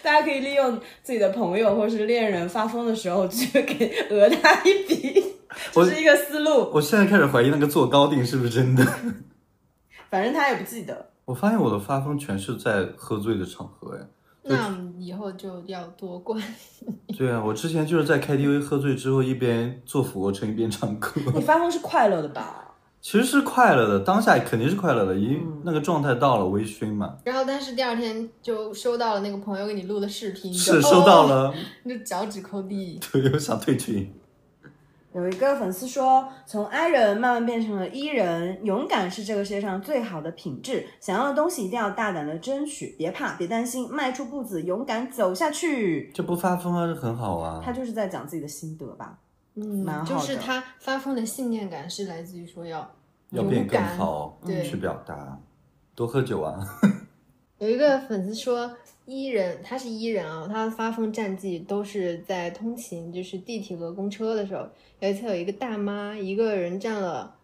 Speaker 2: 大家可以利用自己的朋友或是恋人发疯的时候，去给讹他一笔，
Speaker 4: 我
Speaker 2: 这是一个思路。
Speaker 4: 我现在开始怀疑那个坐高定是不是真的。
Speaker 2: 反正他也不记得。
Speaker 4: 我发现我的发疯全是在喝醉的场合，哎，
Speaker 3: 那以后就要多管。
Speaker 4: 对啊，我之前就是在 KTV 喝醉之后，一边做俯卧撑一边唱歌，
Speaker 2: 你发疯是快乐的吧？
Speaker 4: 其实是快乐的，当下肯定是快乐的，因为
Speaker 3: 嗯
Speaker 4: 那个状态到了，微醺嘛，
Speaker 3: 然后，但是第二天就收到了那个朋友给你录的视频，你就是
Speaker 4: 收到，
Speaker 3: 哦
Speaker 4: 了，
Speaker 3: 你就脚趾抠地。
Speaker 4: 对，我想退群。
Speaker 2: 有一个粉丝说，从 I 人慢慢变成了 E 人，勇敢是这个世界上最好的品质。想要的东西一定要大胆的争取，别怕，别担心，迈出步子，勇敢走 下去。
Speaker 4: 这不发疯啊，这很好啊
Speaker 2: 他。就是在讲自己的心得吧。蛮
Speaker 3: 嗯，
Speaker 2: 好
Speaker 3: 就
Speaker 2: 的
Speaker 3: 是他发疯的信念感是来自于说要
Speaker 4: 要
Speaker 3: 勇
Speaker 4: 变更
Speaker 3: 敢
Speaker 4: 好，嗯
Speaker 3: 对
Speaker 4: 去表达，多喝酒 啊。
Speaker 3: 有一个粉丝说，伊人他是伊人啊，他发疯战绩都是在通勤，就是地铁和公车的时候。有一次有一个大妈一个人占了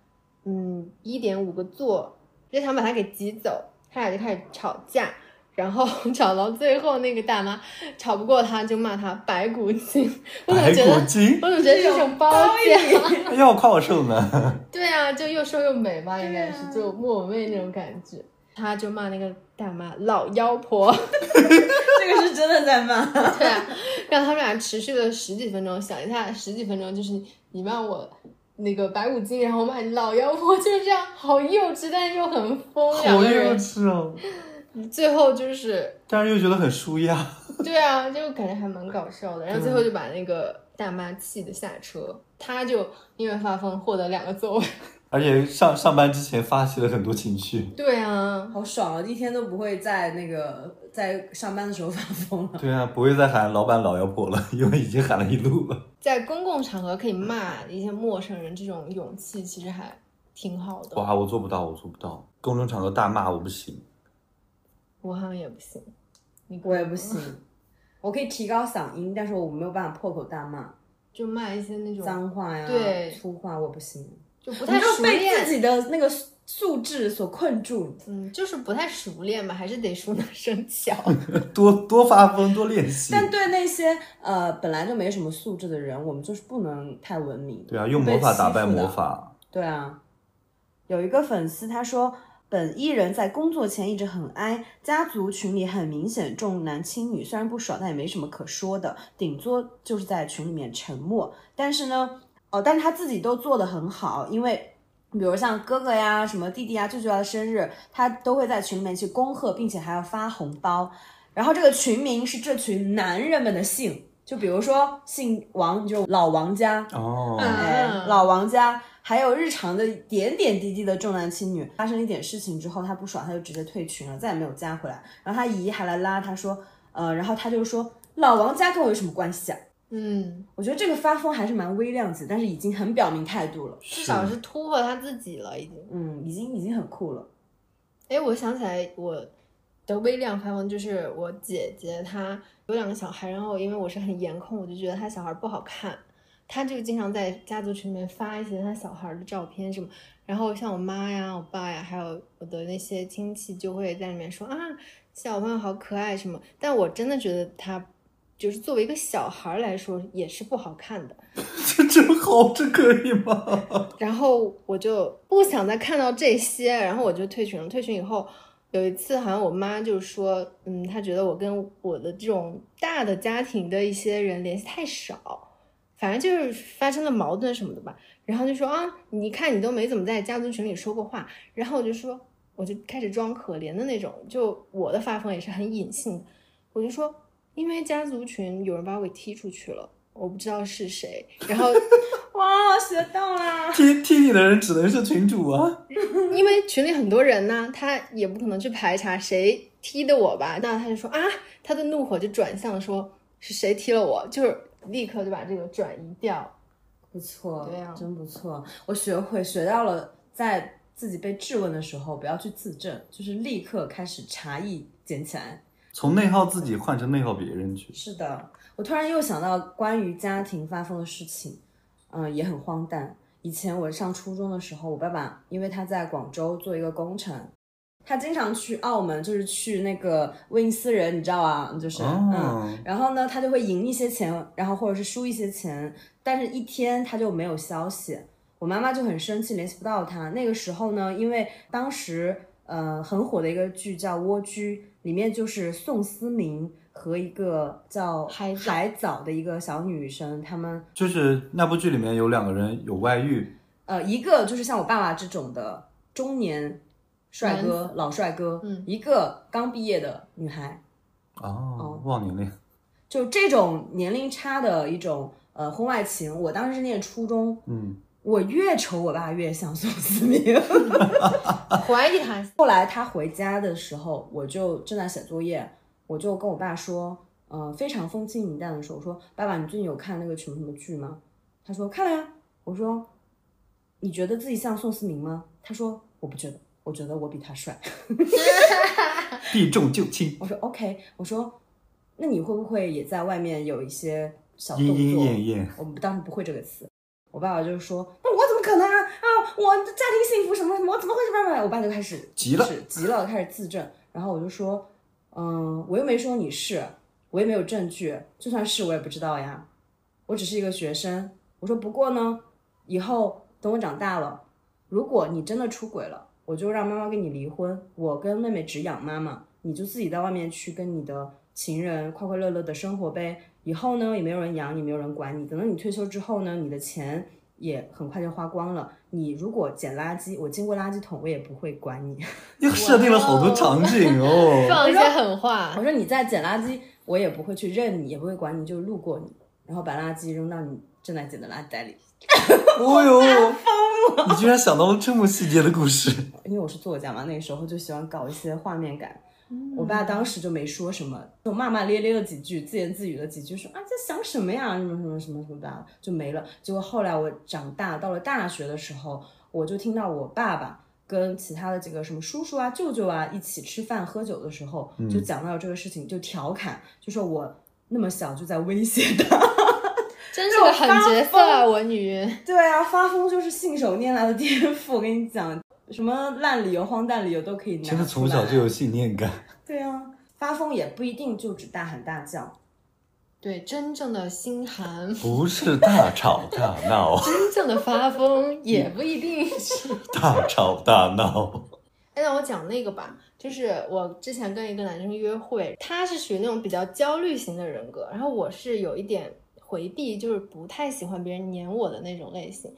Speaker 3: 嗯一点五个座，就想把她给挤走，他俩就开始吵架，然后 吵到最后那个大妈吵不过他，就骂他白骨精。我怎么
Speaker 4: 白
Speaker 3: 觉得
Speaker 4: 骨？精，
Speaker 3: 我怎么觉得这种包
Speaker 2: 包
Speaker 3: 浆？
Speaker 4: 哎呀，我夸我瘦 呢。
Speaker 3: 对啊，就又瘦又美吧，应该
Speaker 2: 对
Speaker 3: 是
Speaker 2: 啊
Speaker 3: 就莫文蔚那种感觉。他就骂那个大妈老妖婆。
Speaker 2: 这个是真的在 骂。
Speaker 3: 对啊，让他们俩持续了十几分钟。想一下，十几分钟就是你你骂我那个白骨精，然后骂你老妖婆，就是这样，好幼稚，但是又很疯。两
Speaker 4: 好
Speaker 3: 个
Speaker 4: 幼
Speaker 3: 人
Speaker 4: 稚哦，
Speaker 3: 最后就是，
Speaker 4: 但是又觉得很舒压。
Speaker 3: 对啊，就感觉还蛮搞笑的。然后最后就把那个大妈气的下车，他就因为发疯获得两个座位。
Speaker 4: 而且上上班之前发泄了很多情绪。
Speaker 3: 对啊，
Speaker 2: 好爽啊！一天都不会在那个在上班的时候发疯了。
Speaker 4: 对啊，不会再喊老板老妖婆了，因为已经喊了一路了。
Speaker 3: 在公共场合可以骂一些陌生人，这种勇气其实还挺好的。
Speaker 4: 哇，我做不到，我做不到，公众场合大骂我不行。
Speaker 3: 我好像也不行，你
Speaker 2: 我也不行，我可以提高嗓音，但是我没有办法破口大骂
Speaker 3: 就骂一些那种
Speaker 2: 脏话呀、
Speaker 3: 对
Speaker 2: 粗话，我不行。
Speaker 3: 就不
Speaker 2: 我
Speaker 3: 太
Speaker 2: 就
Speaker 3: 熟练
Speaker 2: 被自己的那个素质所困住。
Speaker 3: 嗯，就是不太熟练吧，还是得熟能生巧。
Speaker 4: 多多发疯，多练习。
Speaker 2: 但对那些呃本来就没什么素质的人，我们就是不能太文明。
Speaker 4: 对啊，用魔法打败魔
Speaker 2: 被欺负的。
Speaker 4: 法。
Speaker 2: 对啊，有一个粉丝他说。本艺人在工作前一直很哀，家族群里很明显重男轻女，虽然不爽，但也没什么可说的，顶多就是在群里面沉默。但是呢，哦，但是他自己都做得很好，因为比如像哥哥呀、什么弟弟呀、舅舅呀的生日，他都会在群里面去恭贺，并且还要发红包。然后这个群名是这群男人们的姓，就比如说姓王，你就老王家，
Speaker 4: 哦，
Speaker 3: 嗯
Speaker 2: 哎，老王家，还有日常的点点滴滴的重男轻女，发生一点事情之后，他不爽，他就直接退群了，再也没有加回来。然后他姨还来拉他说，呃，然后他就说老王家跟我有什么关系啊？
Speaker 3: 嗯，
Speaker 2: 我觉得这个发疯还是蛮微量级，但是已经很表明态度了，
Speaker 3: 至少是突破他自己了，已经。
Speaker 2: 嗯，已经已经很酷了。
Speaker 3: 哎，我想起来，我的微量发疯就是我姐姐她有两个小孩，然后因为我是很颜控，我就觉得她小孩不好看，她就经常在家族群里面发一些她小孩的照片什么。然后像我妈呀、我爸呀，还有我的那些亲戚就会在里面说啊，小朋友好可爱什么。但我真的觉得她就是作为一个小孩来说也是不好看的。
Speaker 4: 这真好，这可以吗？
Speaker 3: 然后我就不想再看到这些，然后我就退群了。退群以后，有一次好像我妈就说，嗯，她觉得我跟我的这种大的家庭的一些人联系太少，反正就是发生了矛盾什么的吧。然后就说啊，你看你都没怎么在家族群里说过话。然后我就说，我就开始装可怜的那种，就我的发疯也是很隐性的，我就说，因为家族群有人把我给踢出去了，我不知道是谁。然后
Speaker 2: 哇，学到啦！
Speaker 4: 踢踢你的人只能是群主啊。
Speaker 3: 因为群里很多人呢，他也不可能去排查谁踢的我吧，那他就说啊，他的怒火就转向说是谁踢了我，就是立刻就把这个转移掉。
Speaker 2: 不错，
Speaker 3: 对啊
Speaker 2: 真不错，我学会学到了，在自己被质问的时候，不要去自证，就是立刻开始茶艺捡起来。
Speaker 4: 从内耗自己换成内耗别人去。
Speaker 2: 是的，我突然又想到关于家庭发疯的事情，嗯、也很荒诞。以前我上初中的时候，我爸爸因为他在广州做一个工程，他经常去澳门，就是去那个威尼斯人，你知道啊，就是、嗯，
Speaker 4: 哦，
Speaker 2: 然后呢，他就会赢一些钱，然后或者是输一些钱，但是一天他就没有消息。我妈妈就很生气，联系不到他。那个时候呢，因为当时呃很火的一个剧叫《蜗居》，里面就是宋思明和一个叫
Speaker 3: 海藻
Speaker 2: 海藻的一个小女生，他们
Speaker 4: 就是那部剧里面有两个人有外遇，
Speaker 2: 呃，一个就是像我爸爸这种的中年帅
Speaker 3: 男
Speaker 2: 哥、老帅哥，
Speaker 3: 嗯
Speaker 2: 一个刚毕业的女孩，
Speaker 4: 哦，忘年恋，
Speaker 2: 就这种年龄差的一种呃婚外情，我当时是念初中，
Speaker 4: 嗯，
Speaker 2: 我越瞅我爸越像宋思明。
Speaker 3: 怀疑他
Speaker 2: 后来他回家的时候，我就正在写作业，我就跟我爸说，呃，非常风轻云淡的说，我说爸爸，你最近有看那个什么什么剧吗？他说看了呀。我说你觉得自己像宋思明吗？他说我不觉得，我觉得我比他帅。
Speaker 4: 避重就轻，
Speaker 2: 我说 OK，我说那你会不会也在外面有一些小哦动
Speaker 4: 莺
Speaker 2: 作？
Speaker 4: 莺燕燕，
Speaker 2: 我们当时不会这个词。我爸爸就说：“那我怎么可能啊啊！我家庭幸福什么什么，我怎么会是爸爸？”我爸就开始
Speaker 4: 急了
Speaker 2: 就是急了，开始自证。然后我就说：“嗯，我又没说你是，我也没有证据，就算是我也不知道呀，我只是一个学生。”我说：“不过呢，以后等我长大了，如果你真的出轨了，我就让妈妈跟你离婚，我跟妹妹只养妈妈，你就自己在外面去跟你的情人快快乐乐的生活呗。以后呢，也没有人养你，没有人管你。等到你退休之后呢，你的钱也很快就花光了。你如果捡垃圾，我经过垃圾桶，我也不会管你。
Speaker 4: 又设定了好多场景哦，
Speaker 3: 放一些狠话
Speaker 2: 我，说你在捡垃圾，我也不会去认你，也不会管你，就路过你，然后把垃圾扔到你正在捡的垃圾袋里。
Speaker 4: 哦哟，你居然想到了这么细节的故事，
Speaker 2: 因为我是作家嘛，那时候就喜欢搞一些画面感。我
Speaker 4: 嗯
Speaker 2: 爸当时就没说什么，就骂骂咧咧了几句，自言自语了几句，说啊在想什么呀，什么什么什么什么的，就没了。结果后来我长大到了大学的时候，我就听到我爸爸跟其他的几个什么叔叔啊、舅舅啊一起吃饭喝酒的时候，
Speaker 4: 嗯
Speaker 2: 就讲到这个事情，就调侃，就说我那么小就在威胁他。
Speaker 3: 真是个狠角色啊，我女人。
Speaker 2: 对啊，发疯就是信手拈来的颠覆。我跟你讲，什么烂理由、荒诞理由都可以拿出
Speaker 4: 真
Speaker 2: 来。
Speaker 4: 的从小就有信念感，
Speaker 2: 对啊，发疯也不一定就只大喊大叫，
Speaker 3: 对，真正的心寒，
Speaker 4: 不是大吵大闹，
Speaker 3: 真正的发疯也不一定是。
Speaker 4: 大吵大闹，
Speaker 3: 哎，那我讲那个吧，就是我之前跟一个男生约会，他是属于那种比较焦虑型的人格，然后我是有一点回避，就是不太喜欢别人黏我的那种类型。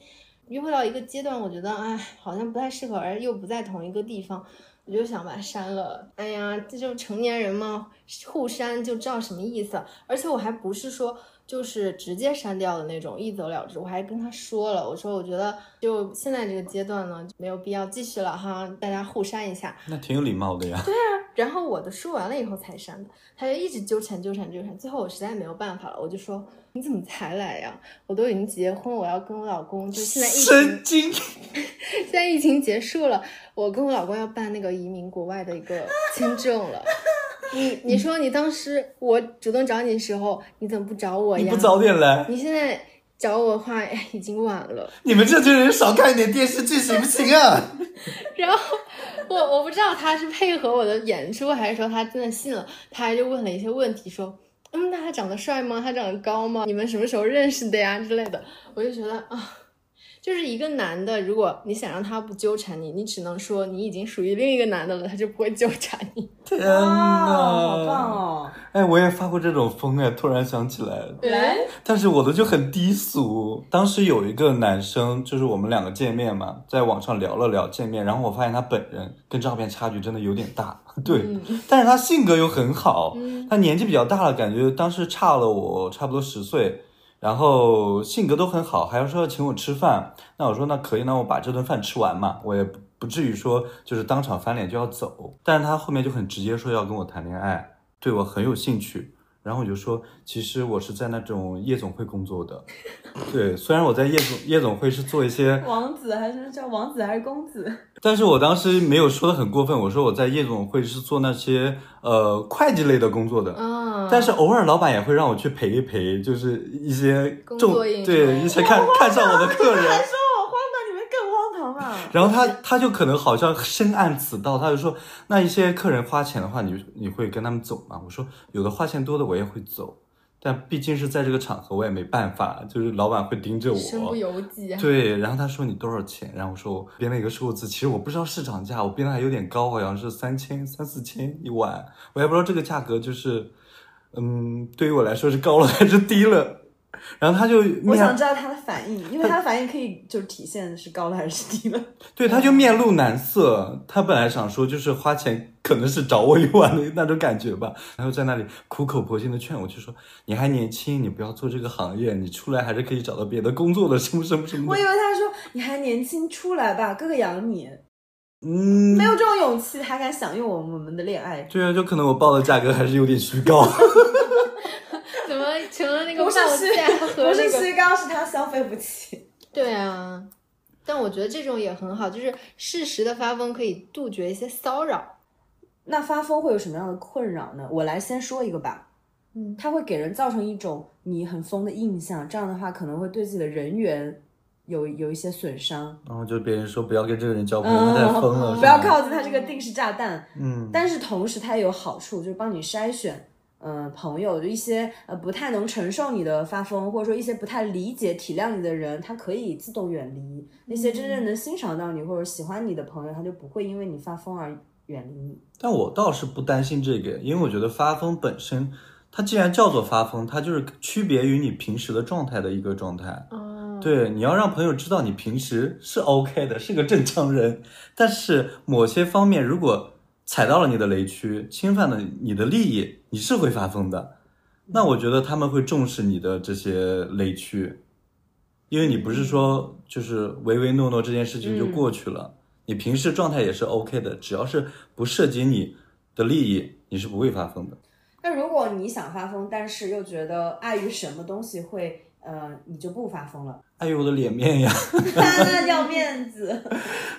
Speaker 3: 约会到一个阶段，我觉得哎，好像不太适合，而又不在同一个地方，我就想把他删了。哎呀，这就成年人嘛，互删就知道什么意思。而且我还不是说就是直接删掉的那种，一走了之。我还跟他说了，我说我觉得就现在这个阶段呢，没有必要继续了哈，大家互删一下。
Speaker 4: 那挺有礼貌的呀，
Speaker 3: 然后我的说完了以后才删的，他就一直纠缠纠缠纠缠，最后我实在没有办法了，我就说你怎么才来呀、我都已经结婚，我要跟我老公就现在疫情
Speaker 4: 神经，
Speaker 3: 现在疫情结束了，我跟我老公要办那个移民国外的一个签证了。你你说你当时我主动找你的时候，你怎么不找我
Speaker 4: 你
Speaker 3: 呀？
Speaker 4: 不早点来，
Speaker 3: 你现在找我的话， 哎，已经晚了。
Speaker 4: 你们这群人少看一点电视剧行不行啊？
Speaker 3: 然后我我不知道他是配合我的演出，还是说他真的信了。他还就问了一些问题，说，嗯，那他长得帅吗？他长得高吗？你们什么时候认识的呀之类的。我就觉得啊，就是一个男的，如果你想让他不纠缠你，你只能说你已经属于另一个男的了，他就不会纠缠你。
Speaker 4: 天
Speaker 2: 哇，
Speaker 4: 哪，
Speaker 2: 好棒哦！
Speaker 4: 哎，我也发过这种疯哎，突然想起来了。
Speaker 2: 来，
Speaker 4: 但是我的就很低俗。当时有一个男生，就是我们两个见面嘛，在网上聊了聊见面，然后我发现他本人跟照片差距真的有点大， 对，但是他性格又很好，他年纪比较大了，感觉当时差了我差不多十岁。然后性格都很好，还要说要请我吃饭，那我说那可以，那我把这顿饭吃完嘛，我也不不至于说就是当场翻脸就要走。但是他后面就很直接说要跟我谈恋爱，对我很有兴趣，然后我就说，其实我是在那种夜总会工作的，对，虽然我在夜总夜总会是做一些，
Speaker 2: 王子还是叫王子还是公子？
Speaker 4: 但是我当时没有说的很过分，我说我在夜总会是做那些呃会计类的工作的，
Speaker 3: 嗯，
Speaker 4: 但是偶尔老板也会让我去陪一陪，就是一些
Speaker 3: 工
Speaker 4: 重
Speaker 3: 作应酬
Speaker 4: 对一些看看上我的客人，
Speaker 2: 说我花
Speaker 4: 然后他他就可能好像深谙此道，他就说那一些客人花钱的话，你你会跟他们走吗？我说有的花钱多的我也会走，但毕竟是在这个场合，我也没办法，就是老板会盯着我，
Speaker 3: 身不由己啊。
Speaker 4: 对，然后他说你多少钱？然后我说我编了一个数字，其实我不知道市场价，我编的还有点高，好像是三千、三四千一晚，我也不知道这个价格就是，嗯，对于我来说是高了还是低了。然后他就
Speaker 2: 我想
Speaker 4: 面
Speaker 2: 知道他的反应，因为他的反应可以就是体现是高了还是低了。
Speaker 4: 对他就
Speaker 2: 嗯
Speaker 4: 面露难色，他本来想说就是花钱可能是找我一晚的那种感觉吧，然后在那里苦口婆心的劝我，就说你还年轻，你不要做这个行业，你出来还是可以找到别的工作的，什么什么什么
Speaker 2: 我
Speaker 4: 的
Speaker 2: 以。为他说你还年轻，出来吧，哥哥养你。
Speaker 4: 嗯，
Speaker 2: 没有这种勇气，还敢享用我们我们的恋爱？
Speaker 4: 对啊，就可能我报的价格还是有点虚高。
Speaker 3: 怎么成了那个
Speaker 2: 不
Speaker 3: 报
Speaker 2: 是虚
Speaker 3: 价，和
Speaker 2: 不
Speaker 3: 那
Speaker 2: 是
Speaker 3: 个？
Speaker 2: 虚高，是他消费不起。
Speaker 3: 对啊，但我觉得这种也很好，就是适时的发疯可以杜绝一些骚扰。
Speaker 2: 那发疯会有什么样的困扰呢？我来先说一个吧，
Speaker 3: 嗯，
Speaker 2: 它会给人造成一种你很疯的印象，这样的话可能会对自己的人缘有有一些损伤。
Speaker 4: 然后就别人说不要跟这个人交朋友，
Speaker 2: 嗯
Speaker 4: 他太疯了，
Speaker 3: 嗯
Speaker 4: 是
Speaker 2: 不要
Speaker 4: 吗
Speaker 2: 靠近他这个定时炸弹，
Speaker 4: 嗯，
Speaker 2: 但是同时它也有好处，就是帮你筛选。嗯，朋友就一些呃不太能承受你的发疯，或者说一些不太理解、体谅你的人，他可以自动远离；那些真正能欣赏到你或者喜欢你的朋友，他就不会因为你发疯而远离你。
Speaker 4: 但我倒是不担心这个，因为我觉得发疯本身，它既然叫做发疯，它就是区别于你平时的状态的一个状态。
Speaker 3: 哦，
Speaker 4: 对，你要让朋友知道你平时是 OK 的，是个正常人，但是某些方面如果踩到了你的雷区，侵犯了你的利益，你是会发疯的。那我觉得他们会重视你的这些雷区，因为你不是说就是唯唯诺诺这件事情就过去了，你平时状态也是 OK 的，只要是不涉及你的利益，你是不会发疯的。
Speaker 2: 那如果你想发疯，但是又觉得碍于什么东西会呃，你就不发疯了，
Speaker 4: 碍哎于我的脸面呀，
Speaker 2: 要面子。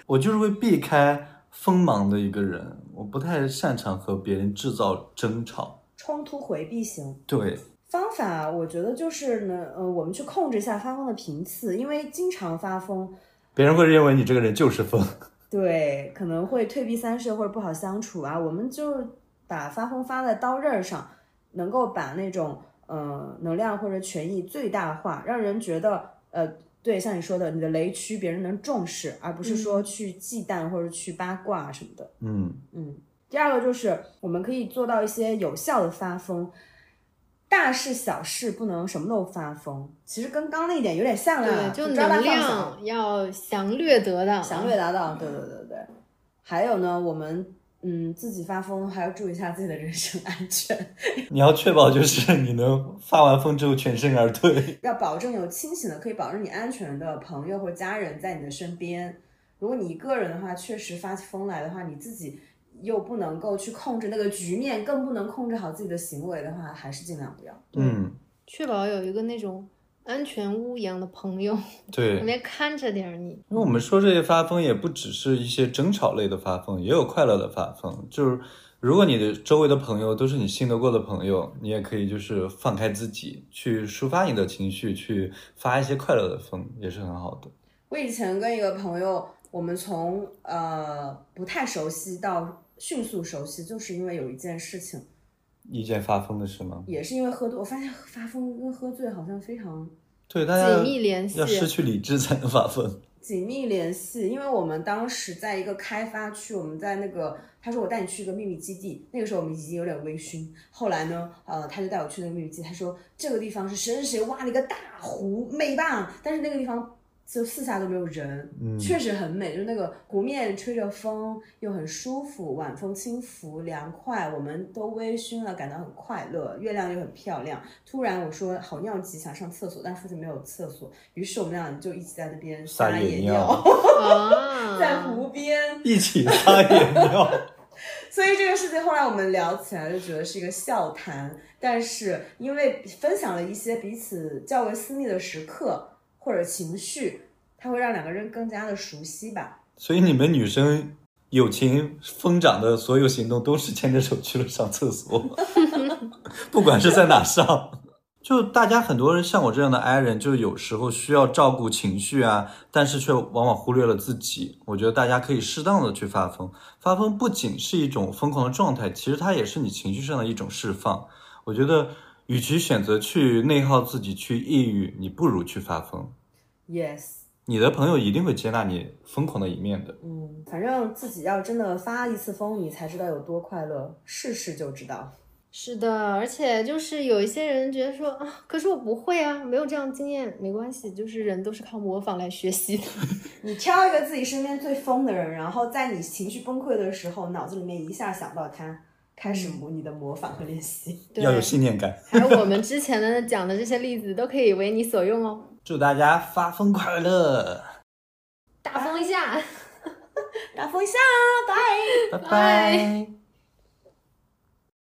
Speaker 4: 我就是会避开锋芒的一个人，我不太擅长和别人制造争吵。
Speaker 2: 冲突回避型，
Speaker 4: 对，
Speaker 2: 方法，我觉得就是呢，呃，我们去控制一下发疯的频次，因为经常发疯，
Speaker 4: 别人会认为你这个人就是疯。
Speaker 2: 对，可能会退避三舍或者不好相处啊。我们就是把发疯发在刀刃儿上，能够把那种呃能量或者权益最大化，让人觉得呃，对，像你说的，你的雷区别人能重视，而不是说去忌惮或者去八卦啊什么的。
Speaker 4: 嗯，
Speaker 2: 嗯，第二个就是我们可以做到一些有效的发疯，大事小事不能什么都发疯。其实跟刚刚那一点有点像啦，
Speaker 3: 对，就
Speaker 2: 抓大
Speaker 3: 能
Speaker 2: 放小，
Speaker 3: 量要详略得当，啊
Speaker 2: 详略达到。对对对对。还有呢，我们嗯自己发疯还要注意一下自己的人身安全，
Speaker 4: 你要确保就是 你能发完疯之后全身而退。
Speaker 2: 要保证有清醒的可以保证你安全的朋友或家人在你的身边。如果你一个人的话，确实发起疯来的话，你自己。又不能够去控制那个局面，更不能控制好自己的行为的话，还是尽量不要。
Speaker 4: 嗯，
Speaker 3: 确保有一个那种安全屋一样的朋友，
Speaker 4: 对，
Speaker 3: 旁边看着点儿你。
Speaker 4: 因为我们说这些发疯，也不只是一些争吵类的发疯，也有快乐的发疯。就是如果你的周围的朋友都是你信得过的朋友，你也可以就是放开自己，去抒发你的情绪，去发一些快乐的疯，也是很好的。
Speaker 2: 我以前跟一个朋友，我们从呃不太熟悉到迅速熟悉，就是因为有一件事情，
Speaker 4: 意见发疯的是吗？
Speaker 2: 也是因为喝多，我发现发疯跟喝醉好像非常
Speaker 4: 对，大家
Speaker 3: 紧密联系
Speaker 4: 要失去理智才能发疯。
Speaker 2: 紧密联系。因为我们当时在一个开发区，我们在那个，他说我带你去一个秘密基地，那个时候我们已经有点微醺。后来呢，呃，他就带我去那个秘密基地，他说这个地方是谁谁谁挖了一个大湖，美吧？但是那个地方就四下都没有人，
Speaker 4: 嗯，
Speaker 2: 确实很美，就是那个湖面吹着风，又很舒服，晚风轻拂，凉快，我们都微醺了，感到很快乐，月亮又很漂亮。突然我说好尿急，想上厕所，但附近没有厕所，于是我们俩就一起在那边
Speaker 4: 撒野
Speaker 2: 野
Speaker 4: 尿
Speaker 3: 啊，
Speaker 2: 在湖边。
Speaker 4: 一起撒野尿。
Speaker 2: 所以这个事情后来我们聊起来就觉得是一个笑谈，但是因为分享了一些彼此较为私密的时刻或者情绪，它会让两个人更加的熟悉吧。
Speaker 4: 所以你们女生友情疯长的所有行动都是牵着手去了上厕所，不管是在哪上。就大家很多人像我这样的 i 人，就有时候需要照顾情绪啊，但是却往往忽略了自己。我觉得大家可以适当的去发疯，发疯不仅是一种疯狂的状态，其实它也是你情绪上的一种释放。我觉得，与其选择去内耗自己、去抑郁，你不如去发疯。
Speaker 2: Yes，
Speaker 4: 你的朋友一定会接纳你疯狂的一面的。
Speaker 2: 嗯，反正自己要真的发一次疯，你才知道有多快乐，试试就知道。
Speaker 3: 是的，而且就是有一些人觉得说啊，可是我不会啊，没有这样经验，没关系，就是人都是靠模仿来学习的。
Speaker 2: 你挑一个自己身边最疯的人，然后在你情绪崩溃的时候，脑子里面一下想到他，开始模你的模仿和练习。
Speaker 3: 对
Speaker 4: 要有信念感。
Speaker 3: 还有我们之前的讲的这些例子都可以为你所用哦，
Speaker 4: 祝大家发疯快乐，
Speaker 3: 大风一下。
Speaker 2: 大风下，拜。
Speaker 4: 拜
Speaker 3: 拜
Speaker 4: 拜。